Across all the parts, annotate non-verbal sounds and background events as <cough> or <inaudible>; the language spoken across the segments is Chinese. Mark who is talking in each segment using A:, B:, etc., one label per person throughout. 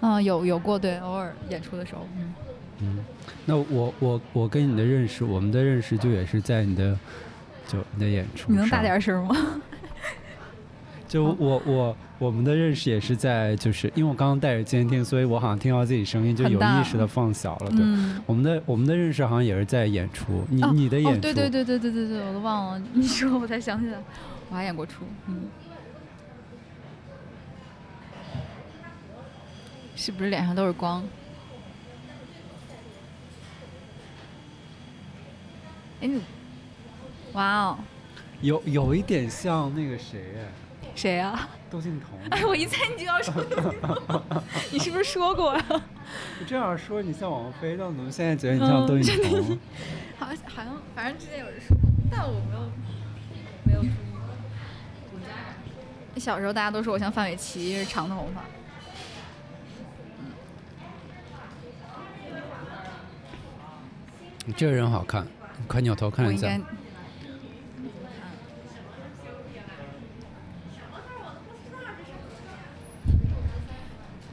A: 嗯，有有过，对，偶尔演出的时候，嗯，
B: 嗯，那我我我跟你的认识，我们的认识就也是在你的就你的演出。
A: 你能大？点嗯声吗？
B: 就我我我们的认识也是在，就是因为我刚刚戴着监听，所以我好像听到自己声音，就
A: 很
B: 有
A: 大
B: 意识的放小啊了。对，
A: 嗯，
B: 我们的我们的认识好像也是在演出，你、
A: 哦
B: 你的演出，
A: 哦，对对对对对对对，我都忘了，你说我才想起来，我还演过出，嗯，是不是脸上都是光？哎，你，哇哦，
B: 有有一点像那个谁哎，
A: 谁呀、啊？
B: 窦靖童。
A: 哎，我一猜你就要说， <laughs> 你是不是说过呀、
B: 我这样说你像王菲，但我们现在觉得你像窦靖
A: 嗯真
B: 童
A: 的。好像好像，反正之前有人说，但我没有没有注意过。小时候大家都说我像范玮琪，因为长头发。
B: 你这个人好看，你快扭头
A: 我
B: 看一
A: 应该
B: 下。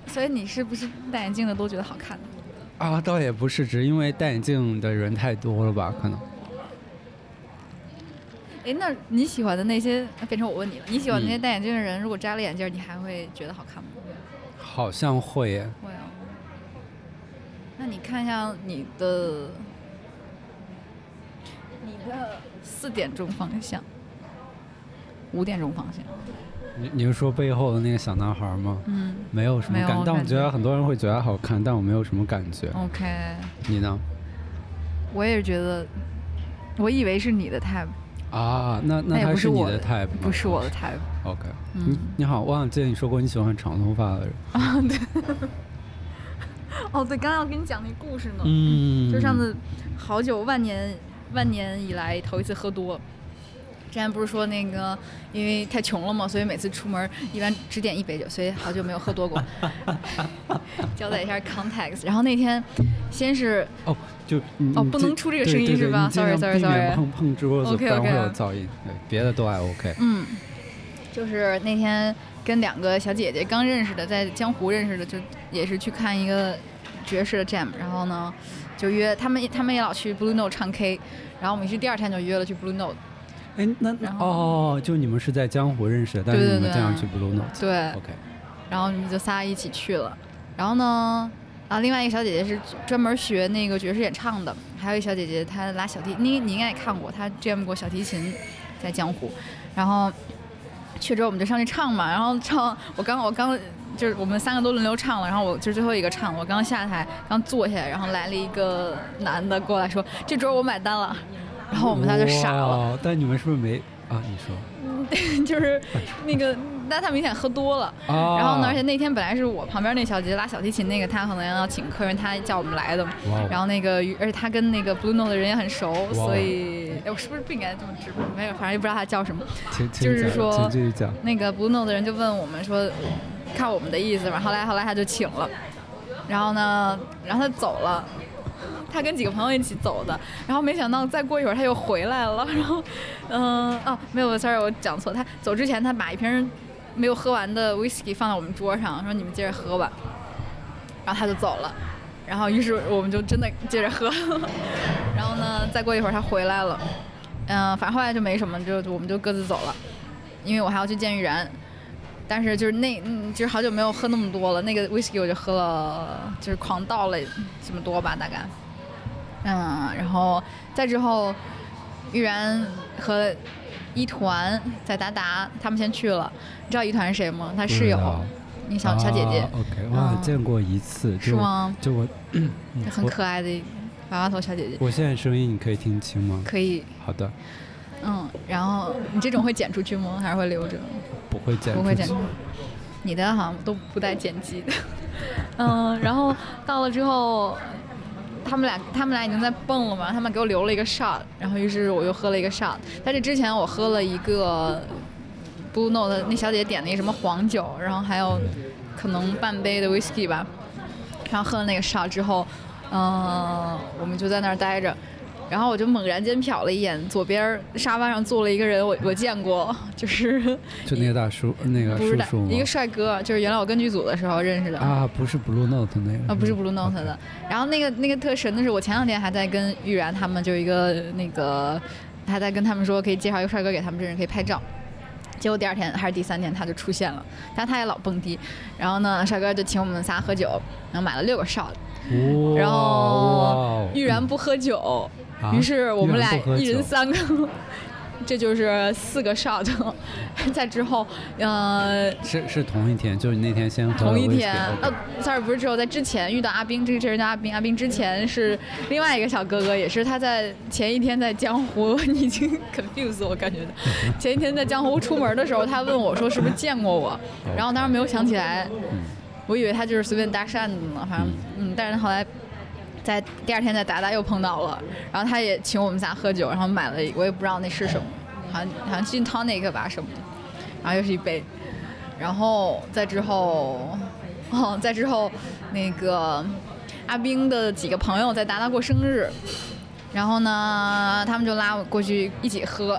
A: 所以你是不是戴眼镜的都觉得好看？
B: 啊，倒也不是，只是因为戴眼镜的人太多了吧？可能
A: 哎，那你喜欢的那些，变成我问你了，你喜欢的那些戴眼镜的人，如果摘了眼镜，你还会觉得好看吗？
B: 好像会耶。
A: 会哦。那你看一下你的，你的四点钟方向，五点钟方向，
B: 你你是说背后的那个小男孩吗？
A: 嗯
B: 没有什么
A: 没有
B: 感，但我
A: 感
B: 觉得
A: 觉
B: 很多人会觉得好看，但我没有什么感觉。
A: ，OK。
B: 你呢？
A: 我也是觉得，我以为是你的 type，
B: 啊，那那
A: 也
B: 他
A: 不是
B: 你
A: 我
B: 的 type 吗？哦
A: 不是我的 type。
B: OK，、
A: 嗯
B: 你你好，我好像记得你说过你喜欢长头发的人。
A: 哦，对，刚刚要跟你讲那个故事呢，
B: 嗯
A: 就上次好久万年万年以来头一次喝多。之前不是说那个，因为太穷了嘛，所以每次出门一般只点一杯酒，所以好久没有喝多
B: <laughs>
A: 过。交代一下 context。然后那天，先是
B: 哦，就你
A: 哦
B: 你
A: 不
B: 尽
A: 能出这个
B: 对
A: 声音
B: 对
A: 是
B: 对
A: 吧
B: 你尽量
A: Sorry，sorry，
B: 避免
A: sorry
B: 碰碰桌子
A: OK，OK
B: 不然会有噪音。对，别的都还 OK。
A: 嗯，就是那天跟两个小姐姐刚认识的，在江湖认识的，就也是去看一个爵士的 jam，然后呢，就约他们，他们也老去 Blue Note 唱 K，然后我们是第二天就约了去 Blue Note，
B: 哎，那
A: 然后
B: 哦，就你们是在江湖认识的，但
A: 对
B: 是
A: 对
B: 你们
A: 对
B: 经常去 Blue Note。
A: 对，
B: OK，
A: 然后我们就仨一起去了，然后呢。啊，另外一个小姐姐是专门学那个爵士演唱的，还有一小姐姐她拉小提，你你应该也看过，她 jam 过小提琴，在江湖，然后去之后我们就上去唱嘛，然后唱我刚我刚就是我们三个都轮流唱了，然后我就是最后一个唱，我刚下台刚坐下来，然后来了一个男的过来说这桌我买单了，然后我们仨就傻了，
B: 哇。哦但你们是不是没啊？你
A: <laughs>
B: 说
A: 就是那个但他明显喝多了。
B: 啊？
A: 然后呢，而且那天本来是我旁边那小姐姐拉小提琴那个，她可能要请客人，她叫我们来的。
B: 哇
A: <laughs>
B: 哦
A: 然后那个，而且她跟那个 Blue Note 的人也很熟，
B: 哦
A: 所以哎我是不是不应该这么直白？没有，反正也不知道她叫什
B: <laughs>
A: 么。
B: 请请
A: 就是
B: 讲
A: 说
B: 请继续讲。
A: 那个 Blue Note 的人就问我们说，看我们的意思嘛。后来后来他就请了，然后呢，然后他走了。他跟几个朋友一起走的，然后没想到再过一会儿他又回来了， <laughs> 然后，嗯、哦，没有，sorry，我讲错，他走之前他把一瓶没有喝完的 whisky 放在我们桌上，说你们接着喝吧，然后他就走了，然后于是我们就真的接着喝， <laughs> 然后呢，再过一会儿他回来了，嗯、反正后来就没什么，就我们就各自走了。因为我还要去见玉然。但是就是那，嗯，就是好久没有喝那么多了。那个 whisky 我就喝了，就是狂倒了这么多吧，大概。嗯，然后再之后，玉然和一团在达达，他们先去了。你知道一团是谁吗？他室
B: 不知道
A: 友，那小小姐姐
B: 嗯啊，OK，我好像
A: 嗯
B: 见过一次，就是
A: 吗？<clears throat>
B: 就我，嗯
A: 很可爱的娃娃头小姐姐，
B: 我。我现在声音你可以听清吗？
A: 可以，
B: 好的，
A: 嗯。然后你这种会剪出去吗？还是会留着？
B: 不会剪，
A: 不会剪，你的好像都不带剪辑的。嗯，然后到了之后，他们俩他们俩已经在蹦了嘛，他们给我留了一个 shot，然后于是我又喝了一个 shot。在这之前，我喝了一个 Blue Note 的那小姐姐点了一个什么黄酒，然后还有可能半杯的 whisky 吧。然后喝了那个 shot 之后，嗯、我们就在那儿待着。然后我就猛然间瞟了一眼左边沙发上坐了一个人，我我见过，就是
B: 就那个大叔，那个
A: 不是
B: 啊叔
A: 的
B: 叔吗
A: 一个帅哥，就是原来我跟剧组的时候认识的。
B: 啊，不是 Blue Note 那个
A: 啊，不是
B: 吧
A: Blue Note 的
B: OK，
A: 然后那个那个特神的是，我前两天还在跟玉然他们就一个那个，还在跟他们说可以介绍一个帅哥给他们这人可以拍照，结果第二天还是第三天他就出现了，但他也老蹦迪，然后呢，帅哥就请我们仨喝酒，然后买了六个 shot，
B: 哇
A: 然后
B: 哇
A: 玉然不喝酒，
B: 啊
A: 于是我们俩
B: 玉然不喝
A: 一人
B: 酒
A: 三个， <laughs> 这就是四个 shot，在之后，呃，
B: 啊是是同一天，就是那天先喝
A: 同
B: 了
A: 一
B: 威士忌
A: 天，
B: ，OK
A: 呃，sorry，不是只有在之前遇到阿冰，这个这人叫阿冰，阿冰之前是另外一个小哥哥，也是他在前一天在江湖， <laughs> 你已经 confuse 我感觉的，前一天在江湖出门的时候，他问我说是不是见过 <laughs> 我，然后我当时没有想起来，
B: 嗯
A: 我以为他就是随便搭讪的呢，反正嗯，但是后来。在第二天在达达又碰到了，然后他也请我们仨喝酒，然后买了一我也不知道那是什么，好像好像 gin tonic 吧什么的，然后又是一杯，然后再之后，哦，再之后，那个阿冰的几个朋友在达达过生日，然后呢，他们就拉我过去一起喝，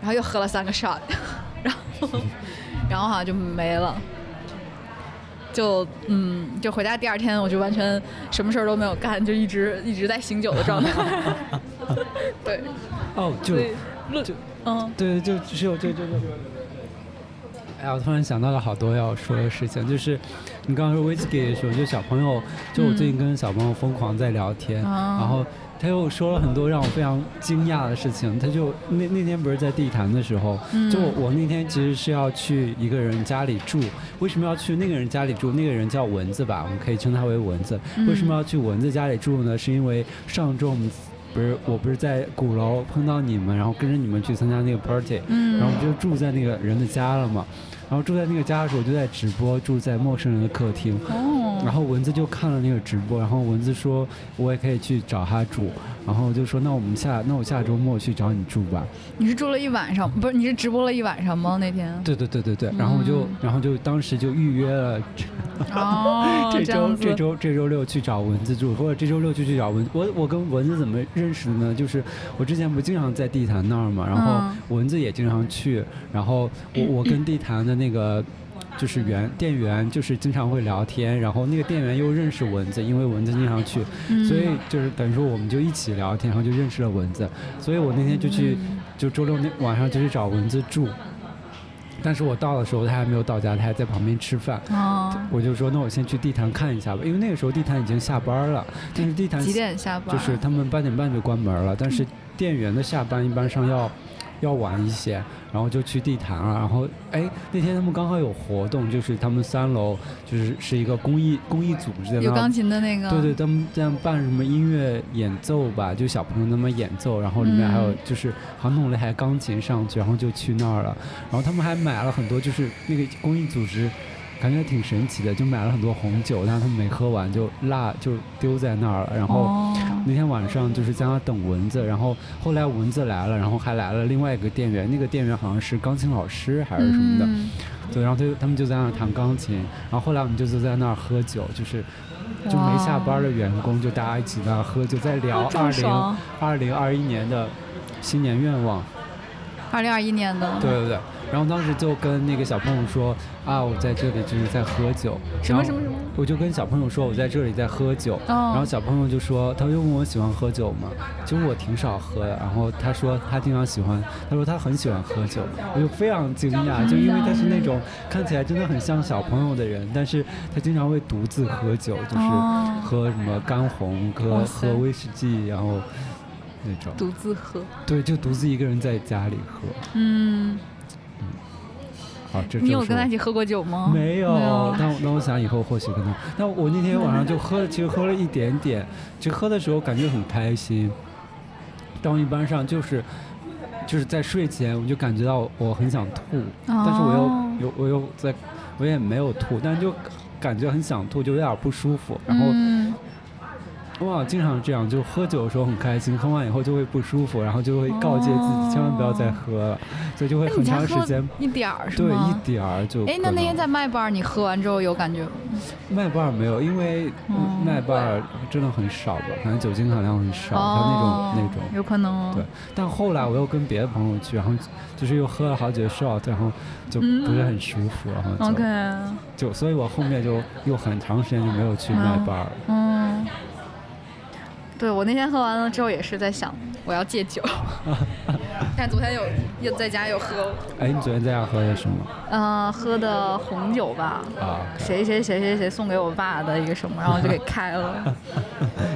A: 然后又喝了三个 shot，然后， <laughs> 然后好像就没了。就嗯，就回家第二天，我就完全什么事儿都没有干，就一直一直在醒酒的状态。 <laughs> 对，
B: 哦，就
A: 对，论嗯，
B: 对，就只有就就就。哎呀，我突然想到了好多要说的事情，就是你刚刚说 whisky 的时候，就小朋友，就我最近跟小朋友疯狂在聊天，
A: 啊
B: 然后他又说了很多让我非常惊讶的事情。他就那那天不是在地坛的时候，就我我那天其实是要去一个人家里住，为什么要去那个人家里住？那个人叫蚊子吧，我们可以称他为蚊子。为什么要去蚊子家里住呢？是因为上周我们不是我不是在鼓楼碰到你们，然后跟着你们去参加那个 party，然
A: 嗯
B: 后我们就住在那个人的家了嘛。然后住在那个家的时候，我就在直播住在陌生人的客厅，
A: 哦
B: 然后蚊子就看了那个直播，然后蚊子说，我也可以去找他住，然后我就说，那我们下，那我下周末去找你住吧。
A: 你是住了一晚上，不是？你是直播了一晚上吗？那天？
B: 对对对对对，然后我就，
A: 嗯
B: 然后就当时就预约了
A: 哦，
B: 这
A: 这
B: 周
A: 样
B: 这
A: 子。
B: 周这周六去找蚊子住，或者这周六就去找蚊子。我我跟蚊子怎么认识的呢？就是我之前不经常在地坛那儿嘛，然
A: 嗯
B: 后蚊子也经常去，然后我我跟地坛的那个。就是员店员就是经常会聊天，然后那个店员又认识蚊子，因为蚊子经常去，
A: 嗯
B: 所以就是等于说我们就一起聊天，然后就认识了蚊子。所以我那天就去，
A: 嗯
B: 就周六那晚上就去找蚊子住，但是我到的时候他还没有到家，他还在旁边吃饭。
A: 哦，
B: 我就说，那我先去地坛看一下吧，因为那个时候地坛已经下班了，但是地坛
A: 几点下班？
B: 就是他们八点半就关门了，但是店员的下班一般上要要晚一些，然后就去地坛了。然后哎，那天他们刚好有活动，就是他们三楼就是是一个公益公益组织在
A: 有
B: 那
A: 钢琴的那个。
B: 对对，他们这样办什么音乐演奏吧，就小朋友那么演奏，然后里面还有
A: 嗯
B: 就是还弄了一台钢琴上去，然后就去那儿了。然后他们还买了很多，就是那个公益组织，感觉挺神奇的，就买了很多红酒，但是他们没喝完就落就丢在那儿了。然后、
A: 哦，
B: 那天晚上就是在那等蚊子，然后后来蚊子来了，然后还来了另外一个店员，那个店员好像是钢琴老师还是什么的，
A: 嗯
B: 对，然后他就他们就在那儿弹钢琴，然后后来我们就坐在那儿喝酒，就是就
A: 哇
B: 没下班的员工就大家一起在那儿喝酒，在聊
A: 哦这
B: 二
A: 么
B: 零
A: 爽嗯
B: 二零二一年的新年愿望。
A: 二零二一年的。
B: 对。对对，然后当时就跟那个小朋友说啊，我在这里就是在喝酒，
A: 什么
B: 然后
A: 什么什么
B: 我就跟小朋友说我在这里在喝酒，
A: 哦
B: 然后小朋友就说，他就问我喜欢喝酒吗？其实我挺少喝的，然后他说他经常喜欢，他说他很喜欢喝酒，我就非常惊讶，就因为他是那种看起来真的很像小朋友的人，但是他经常会独自喝酒，就是
A: 哦
B: 喝什么干红，喝
A: 哇塞
B: 喝威士忌，然后那种，
A: 独自喝，
B: 对，就独自一个人在家里喝。
A: 嗯，
B: 好，这
A: 你
B: 就
A: 有
B: 是
A: 跟
B: 我
A: 他一起喝过酒吗？
B: 没有
A: 哦没有，
B: 但我但我想以后或许可能。但我那天晚上就喝了，其实喝了一点点，就喝的时候感觉很开心。但我一般上就是就是在睡前，我就感觉到我很想吐，
A: 哦
B: 但是我又有我又在，我也没有吐，但就感觉很想吐，就有点不舒服。然后
A: 嗯，
B: 我好像经常这样，就喝酒的时候很开心，喝完以后就会不舒服，然后就会告诫自己千万不要再喝了，所以就会
A: 哦那
B: 很
A: 你才
B: 长时
A: 喝
B: 间。
A: 一点儿是
B: 对，一
A: 吗？
B: 点儿就可能。
A: 哎，那那天在麦班儿，你喝完之后有感觉吗？
B: 麦霸没有，因为
A: 嗯
B: 麦霸真的很少吧，反正酒精含量很少，
A: 哦，
B: 它那种那种。
A: 有可能哦。
B: 对，但后来我又跟别的朋友去，然后就是又喝了好几个 shot，然后就不是很舒服，然后就
A: 嗯 OK，
B: 就，所以我后面就又很长时间就没有去麦霸了。
A: 嗯，对我那天喝完了之后也是在想，我要戒
B: <laughs>
A: 酒。但昨天有又在家有喝，
B: 哎，你昨天在家喝的什么？
A: 呃，喝的红酒吧，
B: 啊，OK
A: 谁谁谁谁谁送给我爸的一个什么，然后就给开
B: <laughs>
A: 了。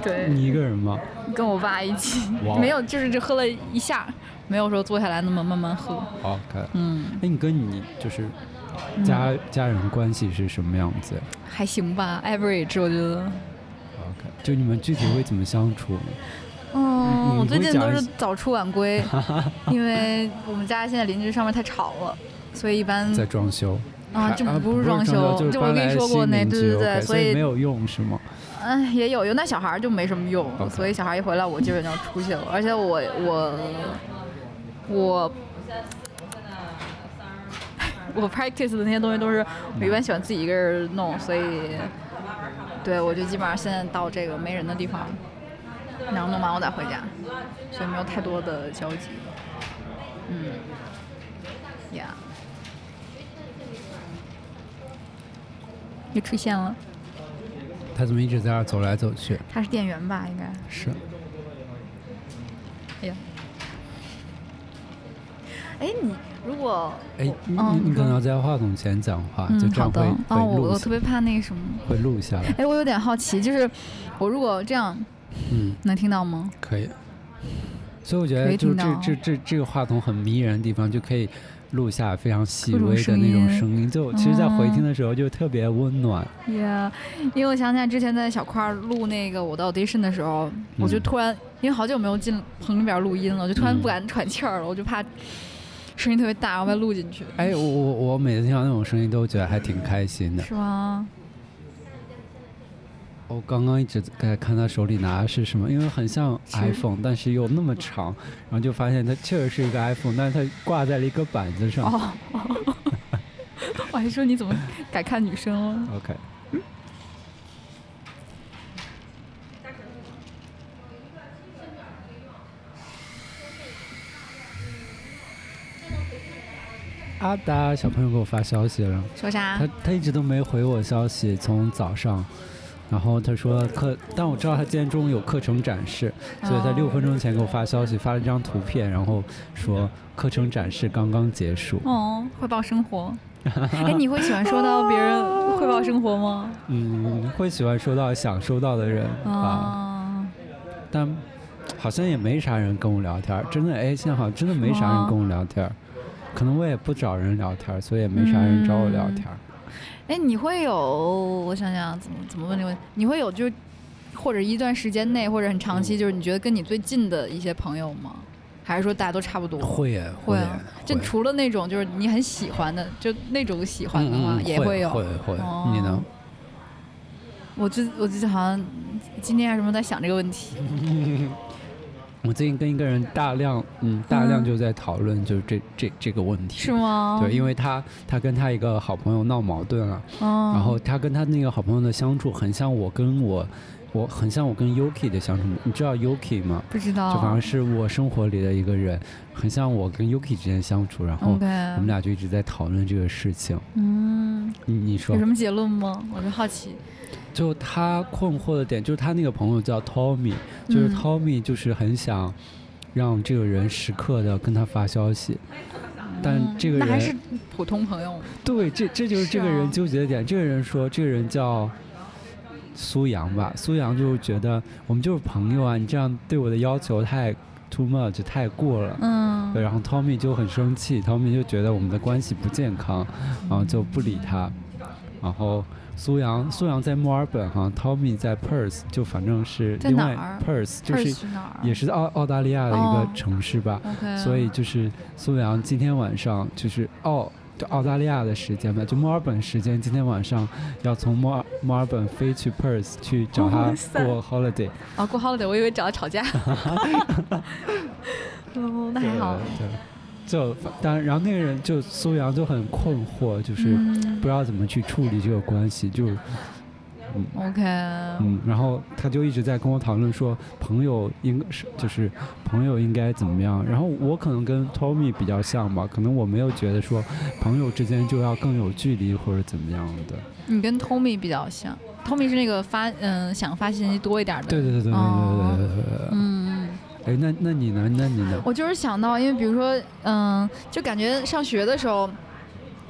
A: 对，
B: 你一个人吗？
A: 跟我爸一起
B: 哇，
A: <laughs>
B: 哦
A: 没有，就是只喝了一下，没有说坐下来那么慢慢喝。
B: OK，
A: 嗯，
B: 哎，你跟你就是家、家人关系是什么样子呀
A: 还行吧，average 我觉得。
B: ？OK，就你们具体会怎么相处呢？
A: 嗯，
B: 你
A: 我最
B: 会
A: 近
B: 讲
A: 都
B: 一
A: 是
B: 些
A: 早出晚
B: <laughs>
A: 归，因为我们家现在邻居上面太吵了，所以一般
B: 在装修
A: 啊
B: 还
A: 这
B: 啊
A: 不
B: 不
A: 是装
B: 装
A: 修
B: 就是
A: 这我
B: 搬
A: 跟你
B: 来
A: 说过
B: 新
A: 那
B: 邻
A: 对
B: 居
A: 对对
B: OK，
A: 所
B: 所
A: 以
B: 没有用是吗？
A: 嗯也有有那小孩儿就没什么用
B: OK
A: 所以小孩儿一回来我基本上出去了，而且我我我。 <laughs> 我 practice 的那些东西都是我一般喜欢自己一个人弄，所以，对我就基本上现在到这个没人的地方，然后弄完我再回家，所以没有太多的交集。嗯，Yeah，又出现了。
B: 他怎么一直在那儿走来走去？
A: 他是店员吧？应该。
B: 是，
A: 哎呀，哎，你如果
B: 哎，你
A: 嗯
B: 你你可能要在话筒前讲话，就
A: 嗯
B: 这
A: 好
B: 样
A: 的
B: 会
A: 啊、
B: 会
A: 我
B: 录
A: 我特
B: 下
A: 别怕那个什么。
B: 会录下
A: <laughs>
B: 来。
A: 哎，我有点好奇，就是我如果这样
B: 嗯，
A: 能听到吗？
B: 可以。所以我觉
A: 可
B: 得，
A: 以
B: 就
A: 听
B: 这
A: 到
B: 这这这个话筒很迷人的地方，就可以录下非常细
A: 各种
B: 微的
A: 声
B: 那种
A: 音
B: 声音。就其实，在回听
A: 嗯
B: 的时候就特别温暖。
A: 呀、因为我想起来之前在小块儿录那个我的 audition 的时候，我就
B: 嗯
A: 突然因为好久没有进棚里边录音了，我就突然
B: 嗯
A: 不敢喘气儿了，我就怕声音特别大，然后被录进去，
B: 哎，我我我每次听到那种声音都觉得还挺开心的。
A: 是吗？
B: 我哦刚刚一直在看他手里拿的是什么，因为很像
A: 是
B: iPhone，但是又那么长，然后就发现它确实是一个 iPhone，但是它挂在了一个板子上。
A: 哦， <laughs> 我还说你怎么改看女生了？
B: OK，阿达小朋友给我发消息了，
A: 说啥
B: 他？他一直都没回我消息，从早上。然后他说课，但我知道他今天中午有课程展示，所以他
A: 哦
B: 六分钟前给我发消息，发了一张图片，然后说课程展示刚刚结束。
A: 哦，汇报生活。哎，你会喜欢收到别人汇报生活吗？
B: 嗯，会喜欢收到想收到的人吧，
A: 啊，
B: 但好像也没啥人跟我聊天儿，真的哎，现在好像真的没
A: 哦
B: 啥人跟我聊天儿，可能我也不找人聊天儿，所以也没啥人找我聊天儿。
A: 哎，你会有？我想想怎么怎么问这个问题。你会有就是或者一段时间内，或者很长期，就是你觉得跟你最近的一些朋友吗？还是说大家都差不多？
B: 会耶
A: 会
B: 耶
A: 啊，就
B: 会
A: 除了那种就是你很喜欢的，就那种喜欢的话，
B: 嗯嗯
A: 啊也
B: 会
A: 有。
B: 会会，
A: 哦
B: 你呢？
A: 我最我最近好像今天还是什么在想这个问题。
B: 我最近跟一个人大量嗯大量
A: 嗯
B: 就在讨论就是这这这个问题，
A: 是吗？哦
B: 对，因
A: 为
B: 为他他跟他一个好朋友闹矛盾了，
A: 嗯，
B: 然后他跟他那个好朋友的相处很像我跟我我很像我跟 Yuki 的相处，你知道 Yuki 吗？
A: 不知道，
B: 就好像是我生活里的一个人，很像我跟 Yuki 之间相处，然后
A: OK，
B: 我们俩就一直在讨论这个事情。
A: 嗯，
B: 你你说
A: 有什，么结论吗？我就好奇。
B: 就他困惑的点，就是他那个朋友叫 Tommy，就是
A: 嗯
B: Tommy 就是很想让这个人时刻的跟他发消息，但这个
A: 嗯那还
B: 人
A: 是普通朋友吗
B: 对，这这就是这个
A: 是啊
B: 人纠结的点。这个人说，这个人叫苏阳吧，苏阳就是觉得我们就是朋友啊，你这样对我的要求太 too much，太过了。
A: 嗯
B: 对，然后 Tommy 就很生气，Tommy 就觉得我们的关系不健康，然后就不理他。然后苏阳，苏阳在墨尔本哈、t o m m y 在 Perth，就反正是
A: 在
B: 另
A: 哪
B: 外
A: 儿
B: Perth，就
A: 这
B: 是
A: 是哪儿？
B: 也是澳澳大利亚的一
A: 啊哦
B: 个城市吧。
A: OK，
B: 所以就是苏阳今天晚上就是哦，就澳大利亚的时间吧，就墨尔本时间，今天晚上要从墨尔墨尔本飞去 Perth 去找他
A: <laughs> 哇塞
B: 过 holiday。
A: 啊，过 holiday，我以为找他吵
B: <laughs>
A: 架。哦，那还好。
B: 对，就当然，然后那个人就苏阳就很困惑，就是
A: 嗯
B: 不知道怎么去处理这个关系，就
A: ，OK，
B: 嗯，然后他就一直在跟我讨论说，朋友应该是就是朋友应该怎么样。然后我可能跟 Tommy 比较像吧，可能我没有觉得说朋友之间就要更有距离或者怎么样的。
A: 你跟 Tommy 比较像，Tommy 是那个发嗯、想发信息多一点的。
B: 对对对对对对对对对。
A: 哦嗯，嗯
B: 哎，那那你呢？那你呢？
A: 我就是想到，因为比如说，嗯，就感觉上学的时候，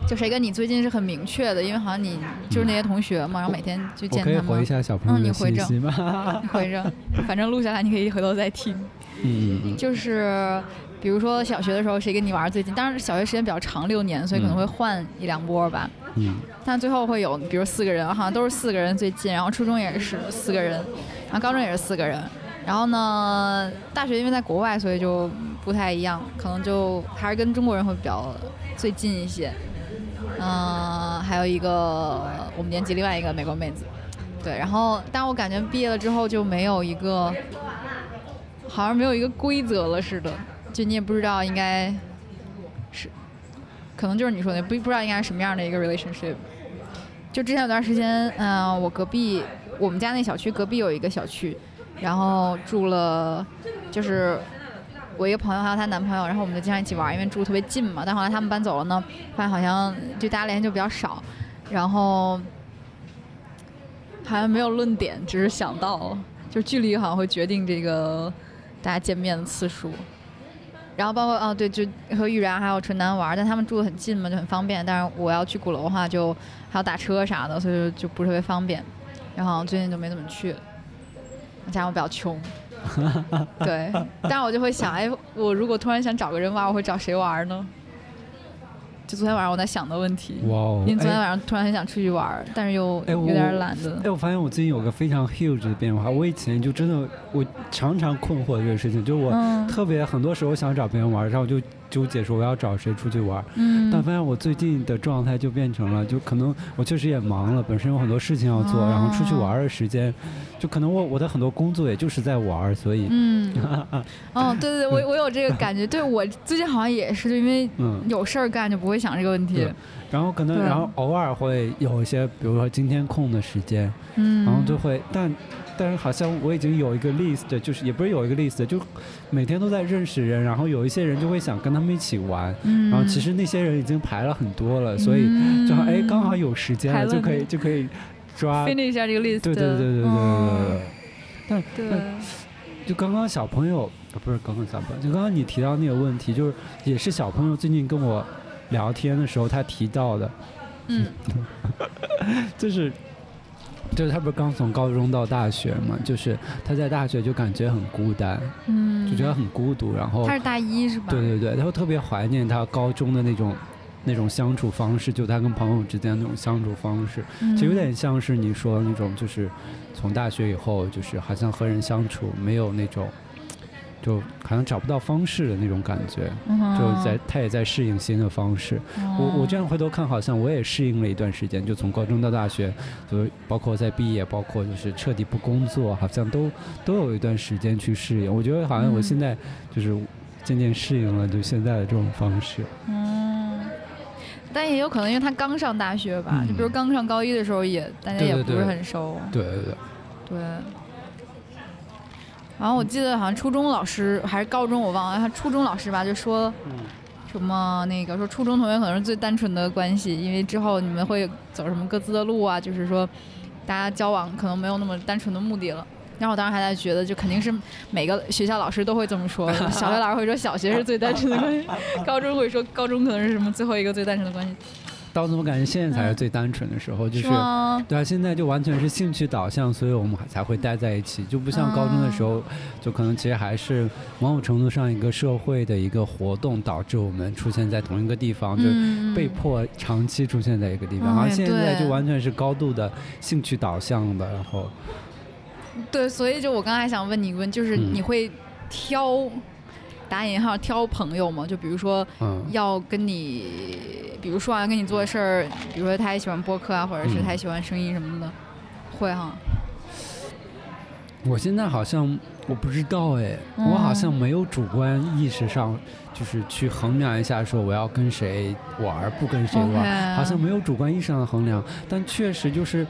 A: 就谁跟你最近是很明确的，因为好像你就是那些同学嘛，然后每天就
B: 我
A: 见
B: 可以
A: 他
B: 回
A: 们
B: 一。下小朋友
A: 嗯你
B: 的
A: 回
B: 信
A: 着
B: 息吗？
A: <laughs> 回着，反正录下来你可以回头再听。
B: 嗯嗯
A: 就是比如说小学的时候，谁跟你玩儿最近？当然小学时间比较长，六年，所以可能
B: 嗯
A: 会换一两波吧。
B: 嗯嗯
A: 但最后会有，比如四个人，好像都是四个人最近，然后初中也是四个人，然后高中也是四个人，然后呢，大学因为在国外，所以就不太一样，可能就还是跟中国人会比较最近一些。嗯、还有一个我们年级另外一个美国妹子，对，然后但我感觉毕业了之后就没有一个，好像没有一个规则了似的，就你也不知道应该是，可能就是你说的不不知道应该是什么样的一个 relationship。就之前有段时间，嗯、我隔壁我们家那小区隔壁有一个小区，然后住了就是我一个朋友还有她男朋友，然后我们就经常一起玩，因为住特别近嘛。但后来他们搬走了呢，发现好像就大家联系就比较少，然后好像没有论点，只是想到就是距离好像会决定这个大家见面的次数。然后包括哦对，就和玉然还有纯南玩，但他们住的很近嘛，就很方便。但是我要去鼓楼的话，就还要打车啥的，所以就不是特别方便。然后最近就没怎么去，加上我比较穷，对。但我就会想，哎，我如果突然想找个人玩，我会找谁玩呢？就昨天晚上我在想的问题。
B: 哇哦！
A: 因为昨
B: 哎
A: 天晚上突然很想出去玩儿，但是又
B: 哎我
A: 有点懒得。
B: 哎，我发现我最近有个非常 huge 的变化。我以前就真的，我常常困惑这个事情，就是我
A: 嗯
B: 特别很多时候想找别人玩，然后我就纠结说我要找谁出去玩。但
A: 嗯
B: 发现我最近的状态就变成了，就可能我确实也忙了，本身有很多事情要做，
A: 啊
B: 然后出去玩的时间，就可能我我的很多工作也就是在玩，所以
A: 嗯，
B: <laughs>
A: 哦，对对对，我我有这个感觉。对我最近好像也是，就因为
B: 嗯。
A: 有事儿干就不会想这个问题
B: 对。然后可能
A: 对啊
B: 然后偶尔会有一些，比如说今天空的时间，
A: 嗯，
B: 然后就会，但但是好像我已经有一个 list，就是也不是有一个 list，就每天都在认识人，然后有一些人就会想跟他们一起玩，
A: 嗯，
B: 然后其实那些人已经排了很多了，所以就好哎刚好有时间
A: 排
B: 了
A: 了
B: 就可以就可以抓，对
A: finish 一下这个 list。
B: 对对对对对对
A: 嗯。
B: 但
A: 对
B: 但就刚刚小朋友呃不是刚刚小朋友，就刚刚你提到那个问题，就是也是小朋友最近跟我聊天的时候他提到的，
A: 嗯
B: <laughs> 就是就是他不是刚从高中到大学嘛，就是他在大学就感觉很孤单，
A: 嗯，
B: 就觉得很孤独，然后
A: 他是大一是吧？
B: 对对对，他会特别怀念他高中的那种那种相处方式，就他跟朋友之间那种相处方式，
A: 嗯，
B: 就有点像是你说的那种，就是从大学以后，就是好像和人相处没有那种。就好像找不到方式的那种感觉，
A: 嗯，哦
B: 就在他也在适应新的方式，我我这
A: 样
B: 样回头看，好像我也适应了一段时间，就从高中到大学，就包括在毕业，包括就是彻底不工作，好像都都有一段时间去适应。我觉得好像我
A: 嗯
B: 现在就是渐渐适应了，就现在的这种方式。
A: 嗯。但也有可能，因为他刚上大学吧，
B: 嗯
A: 就比如刚上高一的时候也，大家
B: 对
A: 也
B: 对
A: 不
B: 对
A: 是很熟。
B: 对对对，
A: 对。然后我记得好像初中老师还是高中，我忘了，他初中老师吧就说
B: 嗯
A: 什么那个说初中同学可能是最单纯的关系，因为之后你们会走什么各自的路啊，就是说大家交往可能没有那么单纯的目的了。然后我当时还在觉得，就肯定是每个学校老师都会这么
B: <laughs>
A: 说，小学老师会说小学是最单纯的关系，高中会说高中可能是什么最后一个最单纯的关系，
B: 但我怎么感觉现在才是最单纯的时候？就是
A: 吗？
B: 对啊，现在就完全是兴趣导向，所以我们还才会待在一起，就不像高中的时候，
A: 啊
B: 就可能其实还是某种程度上一个社会的一个活动导致我们出现在同一个地方，就
A: 嗯，
B: 被迫长期出现在一个地
A: 嗯
B: 方，而
A: 哎
B: 现在
A: 对
B: 就完全是高度的兴趣导向的，然后
A: 对，所以就我刚才想问你一个问，就是
B: 嗯
A: 你会挑、打引号挑朋友嘛，就比如说
B: 嗯
A: 要跟你，比如说啊，跟你做事儿，比如说他也喜欢播客啊，或者是
B: 嗯
A: 他也喜欢声音什么的，会哈。
B: 我现在好像我不知道哎，
A: 嗯
B: 我好像没有主观意识上就是去衡量一下说我要跟谁玩儿，不跟谁玩儿
A: OK
B: 好像没有主观意识上的衡量，但确实就是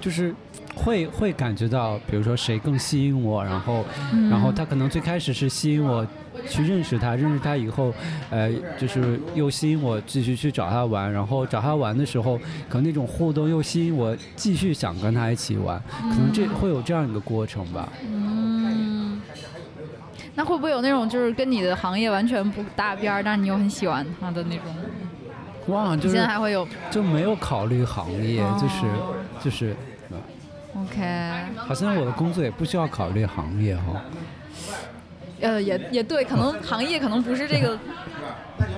B: 就是会会感觉到，比如说谁更吸引我，然后
A: 嗯、
B: 然后他可能最开始是吸引我去认识他，认识他以后，呃，就是又吸引我继续去找他玩，然后找他玩的时候，可能那种互动又吸引我继续想跟他一起玩，可能这会有这样一个过程吧。
A: 嗯，那会不会有那种就是跟你的行业完全不搭边儿，但是你又很喜欢他的那种？
B: 哇，就
A: 你现
B: 是
A: 在还会有哦
B: 就没有考虑行业，就是就是。呃
A: OK？
B: 好像我的工作也不需要考虑行业哈、
A: 呃，也也对，可能行业可能不是这个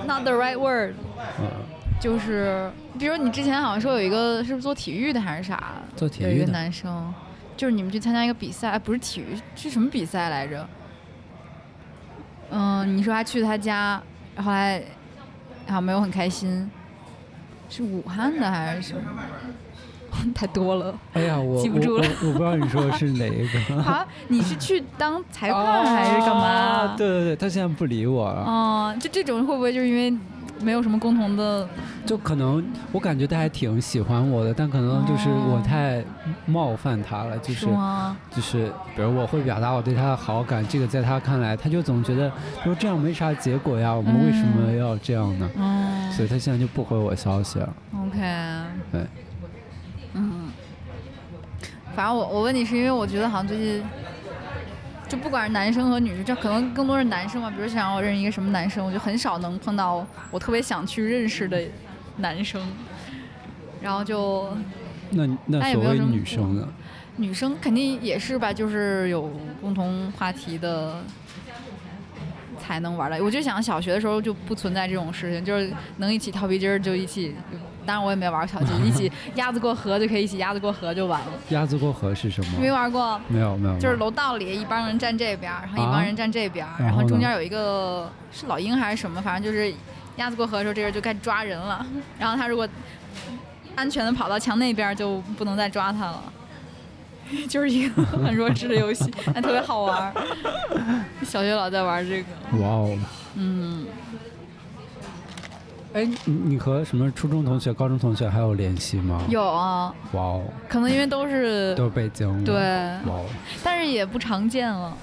A: not the right word，
B: 嗯，
A: 就是比如你之前好像说有一个是不是做体育的还是啥？
B: 做体
A: 有一
B: 育
A: 个
B: 的，
A: 男生，就是你们去参加一个比赛，哎不是体育是什么比赛来着？嗯，你说他去他家，然后还好像没有很开心，是武汉的还是什么？ <laughs> 太多了，
B: <laughs> 哎呀，我
A: 记
B: 我
A: 不住
B: 我
A: 了
B: 我不知道你说的是哪一个，
A: <laughs> 好、像啊你是去当裁 <laughs>
B: <laughs>
A: 判还是干嘛
B: 啊？哦对对对，他现在不理我了。
A: 哦、就这种会不会就是因为没有什么共同的？
B: 就可能我感觉他还挺喜欢我的，但可能就是我太冒犯他了，就是是
A: 吗？
B: 就是，比如我会表达我对他的好感，这个在他看来，他就总觉得说这样没啥结果呀，我们为什么要这样呢？
A: 嗯
B: 所以他现在就不回我消息了。
A: ，OK，
B: 对，
A: 嗯，反正我我问你是因为我觉得好像最近，就不管是男生和女生，这可能更多是男生嘛。比如想让我认识一个什么男生，我就很少能碰到我特别想去认识的男生。然后就
B: 那那
A: 哎
B: 所
A: 没有
B: 谓
A: 什么
B: 女生呢？
A: 女生肯定也是吧，就是有共同话题的才能玩的。我就想小学的时候就不存在这种事情，就是能一起跳皮筋儿就一起，当然我也没玩过跳皮筋，一起鸭子过河就可以一起鸭子过河就完了。
B: 鸭子过河是什
A: 没
B: 么？
A: 玩过，
B: 没有没有，
A: 就是
B: 没有
A: 楼道里一帮人站这边儿，然后
B: 啊
A: 一帮人站这边儿，
B: 然
A: 然
B: 后
A: 后
B: 呢
A: 中间有一个是老鹰还是什么，反正就是鸭子过河的时候，这人就该抓人了。然后他如果安全的跑到墙那边儿，就不能再抓他了。 <laughs> 就是一个很弱智的游戏，但特别好玩儿。小学老在玩这个，
B: 哇哦，
A: 嗯，
B: 哎，你你和什么初中同学、高中同学还有联系吗？
A: 有啊，
B: 哇哦，
A: 可能因为都是
B: 都是北京了。
A: 对，
B: 哇哦。
A: 但是也不常见了。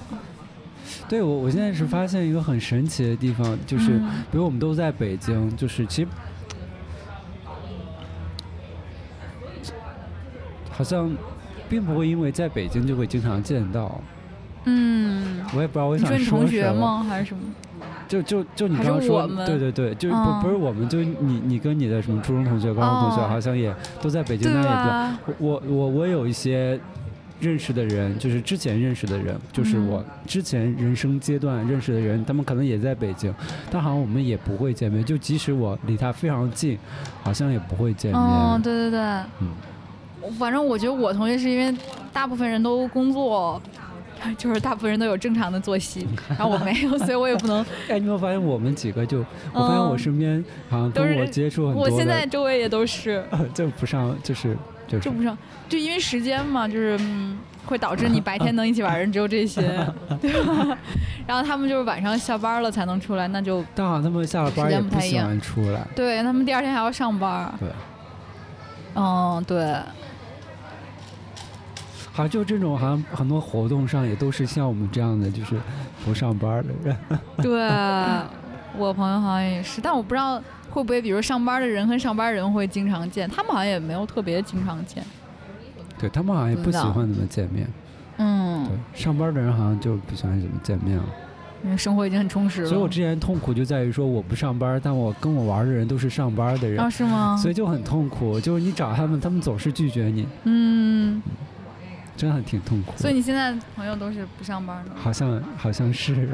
B: 对我，我现在是发现一个很神奇的地方，就是，
A: 嗯
B: 比如我们都在北京，就是其实好像并不会因为在北京就会经常见到。
A: 嗯，
B: 我也不知道我
A: 你
B: 想
A: 说你
B: 说
A: 同
B: 什
A: 学
B: 么。
A: 吗？还是什么？
B: 就就就你
A: 还
B: 刚
A: 是
B: 刚说
A: 我，们
B: 对对对，就不、
A: 嗯
B: 不是我们，就你你跟你的什么初中同学、高中同学，
A: 哦
B: 好像也都在北京，
A: 对
B: 但也不在。
A: 吧？
B: 我我我有一些认识的人，就是之前认识的人，就是
A: 嗯
B: 我之前人生阶段认识的人，他们可能也在北京，但好像我们也不会见面。就即使我离他非常近，好像也不会见面。
A: 嗯，对对对。
B: 嗯
A: 反正我觉得我同学是因为大部分人都工作， <laughs> 就是大部分人都有正常的作息，然后我没有，所以我也不能。
B: 哎，你有没有发现我们几个就， <laughs> 我发现我身边好像
A: 哦都
B: 跟
A: 是
B: 我接触很多
A: 我
B: 的，
A: 现在周围也都是，
B: <laughs> 就不上就是就是
A: 就不上，就因为时间嘛，就是嗯，会导致你白天能一起玩的人只有
B: <laughs>
A: 这些，对吧？ <laughs> 然后他们就是晚上下班了才能出来，那就
B: 但好像他们下了班
A: 时
B: 也
A: 间不
B: 不
A: 太一
B: 喜
A: 样
B: 欢出来。
A: 对他们第二天还要上班。
B: 对，
A: 嗯，对，
B: 好像就这种，好像很多活动上也都是像我们这样的，就是不上班的人。
A: 对，我朋友好像也是，但我不知道会不会，比如上班的人跟上班人会经常见，他们好像也没有特别经常见。
B: 对他们好像也不
A: 不
B: 喜
A: 知道
B: 欢怎么见面。
A: 嗯，
B: 对，上班的人好像就不喜欢怎么见面了。
A: 因为嗯生活已经很充实了。
B: 所以我之前痛苦就在于说我不上班，但我跟我玩的人都是上班的人，
A: 啊是吗？
B: 所以就很痛苦。就是你找他们，他们总是拒绝你。
A: 嗯，
B: 真的挺痛苦的。
A: 所以你现在朋友都是不上
B: <laughs>
A: 班的吗，
B: 好像好像是，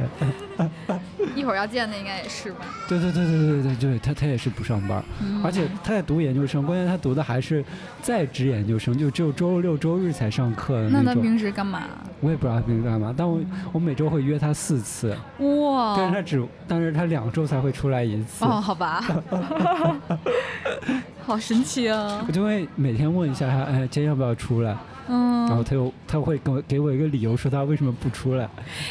A: 一会儿要见的应该也是吧？
B: 对对对对对对对，他他也是不上班，
A: 嗯
B: 而且他在读研究生，关键他读的还是在职研究生，就只有周六周日才上课的
A: 嗯那他
B: 种。
A: 平时干嘛？
B: 我也不知道他平时干嘛，但我我每周会约他四次，但是
A: 哇
B: 他只但是他两周才会出来一次。
A: 哦，好
B: <laughs>
A: 吧，好神奇啊
B: 我！就会每天问一下他，哎，今天要不要出来？然后
A: 嗯，
B: 他又他会给我给我一个理由，说他为什么不出来。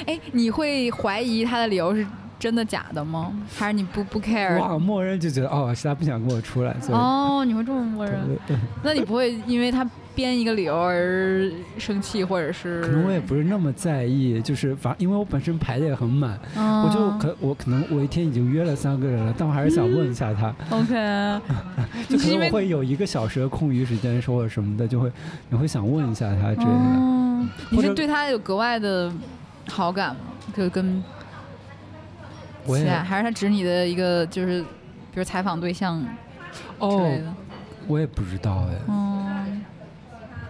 A: 哎，你会怀疑他的理由是真的假的吗？还是你不不 care？
B: 哇，默认就觉得哦，是他不想跟我出来，所以、
A: 哦，你会这么默
B: 对
A: 认？
B: 对对
A: 那你不会因为他编一个理由而生气，或者是？
B: 可能我也不是那么在意，就是反因为我本身排的也很满，
A: 嗯，
B: 我就可我可能我一天已经约了三个人了，但我还是想问一下他，
A: OK，
B: <laughs>
A: 你
B: 就可
A: 嗯是因
B: 能我
A: 为
B: 会有一个小时的空余时间，说或者什么的，就会你会想问一下他之类的。
A: 哦，你
B: 或
A: 是
B: 者
A: 对他有格外的好感吗？就跟
B: 我
A: 其
B: 也
A: 他，还是他啊指你的一个就是，比如采访对象之
B: 哦
A: 类，的。
B: 我也不知道哎，
A: 嗯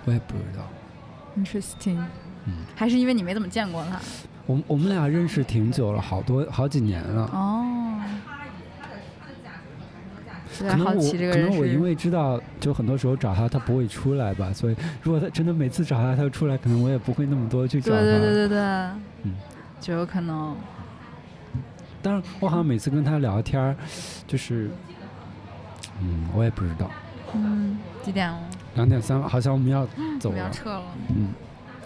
B: 我也不知道。
A: ，interesting。
B: 嗯
A: 还是因为你没怎么见过他
B: 我们我们俩认识挺久了，好多好几年了。
A: 哦。有
B: 可
A: 点
B: 能
A: 好
B: 我
A: 奇这个
B: 可
A: 人
B: 能我因
A: 是
B: 为知道，就很多时候找他他不会出来吧，所以如果他真的每次找他他出来，可能我也不会那么多去找
A: 对
B: 他。
A: 对对对对，
B: 嗯
A: 就有可能
B: 但是我好像每次跟他聊天儿，就是，嗯，我也不知道，
A: 嗯几点了？
B: 两点三，好像我们要
A: 我
B: 走
A: 们要
B: 了。
A: 撤了，
B: 嗯，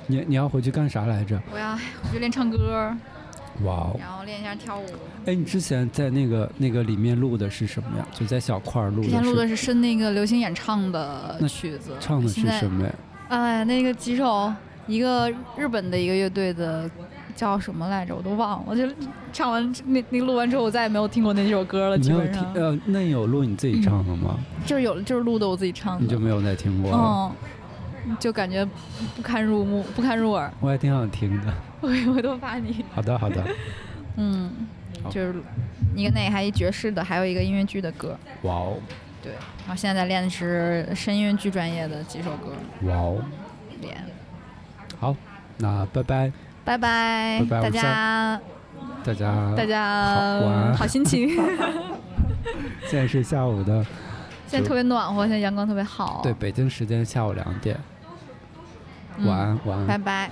B: 你你要回去干啥来着？
A: 我要我就练唱歌，
B: 哇哦！
A: 然后练一下跳舞。
B: 哎，你之前在那个那个里面录的是什么呀？就在小块儿录
A: 之前录
B: 的
A: 的
B: 是
A: 是是那个流行演唱的
B: 那
A: 曲子，
B: 唱的
A: 现
B: 是
A: 在
B: 什么呀？
A: 哎，那个几首，一个日本的一个乐队的，叫什么来着？我都忘了。我就唱完那那录完之后，我再也没有听过那几首歌了，
B: 你
A: 基
B: 没有
A: 本
B: 听
A: 上
B: 呃，那有录你自己唱的吗？
A: 就是有就是录的我自己唱
B: 你
A: 的
B: 就，没有再听过了？
A: 嗯，就感觉不堪入目，不堪入耳。
B: 我还挺想听的。
A: 我我都怕你，
B: 好的，好的。
A: 嗯，
B: 好
A: 就是一个那个还一爵士的，还有一个音乐剧的歌，
B: 哇哦，
A: 对。然后现在在练的是声音乐剧专业的几首歌，
B: 哇哦，
A: 练。
B: 好，那拜拜，
A: 拜拜，
B: 拜拜
A: 大
B: 我们
A: 家
B: 大家。
A: 大家
B: 好晚安
A: 好心
B: <laughs>
A: 情。
B: 现在是下午的，
A: 现在特别暖和，现在阳光特别好。
B: 对，北京时间下午两点。
A: 嗯
B: 晚安，晚安。
A: 拜拜。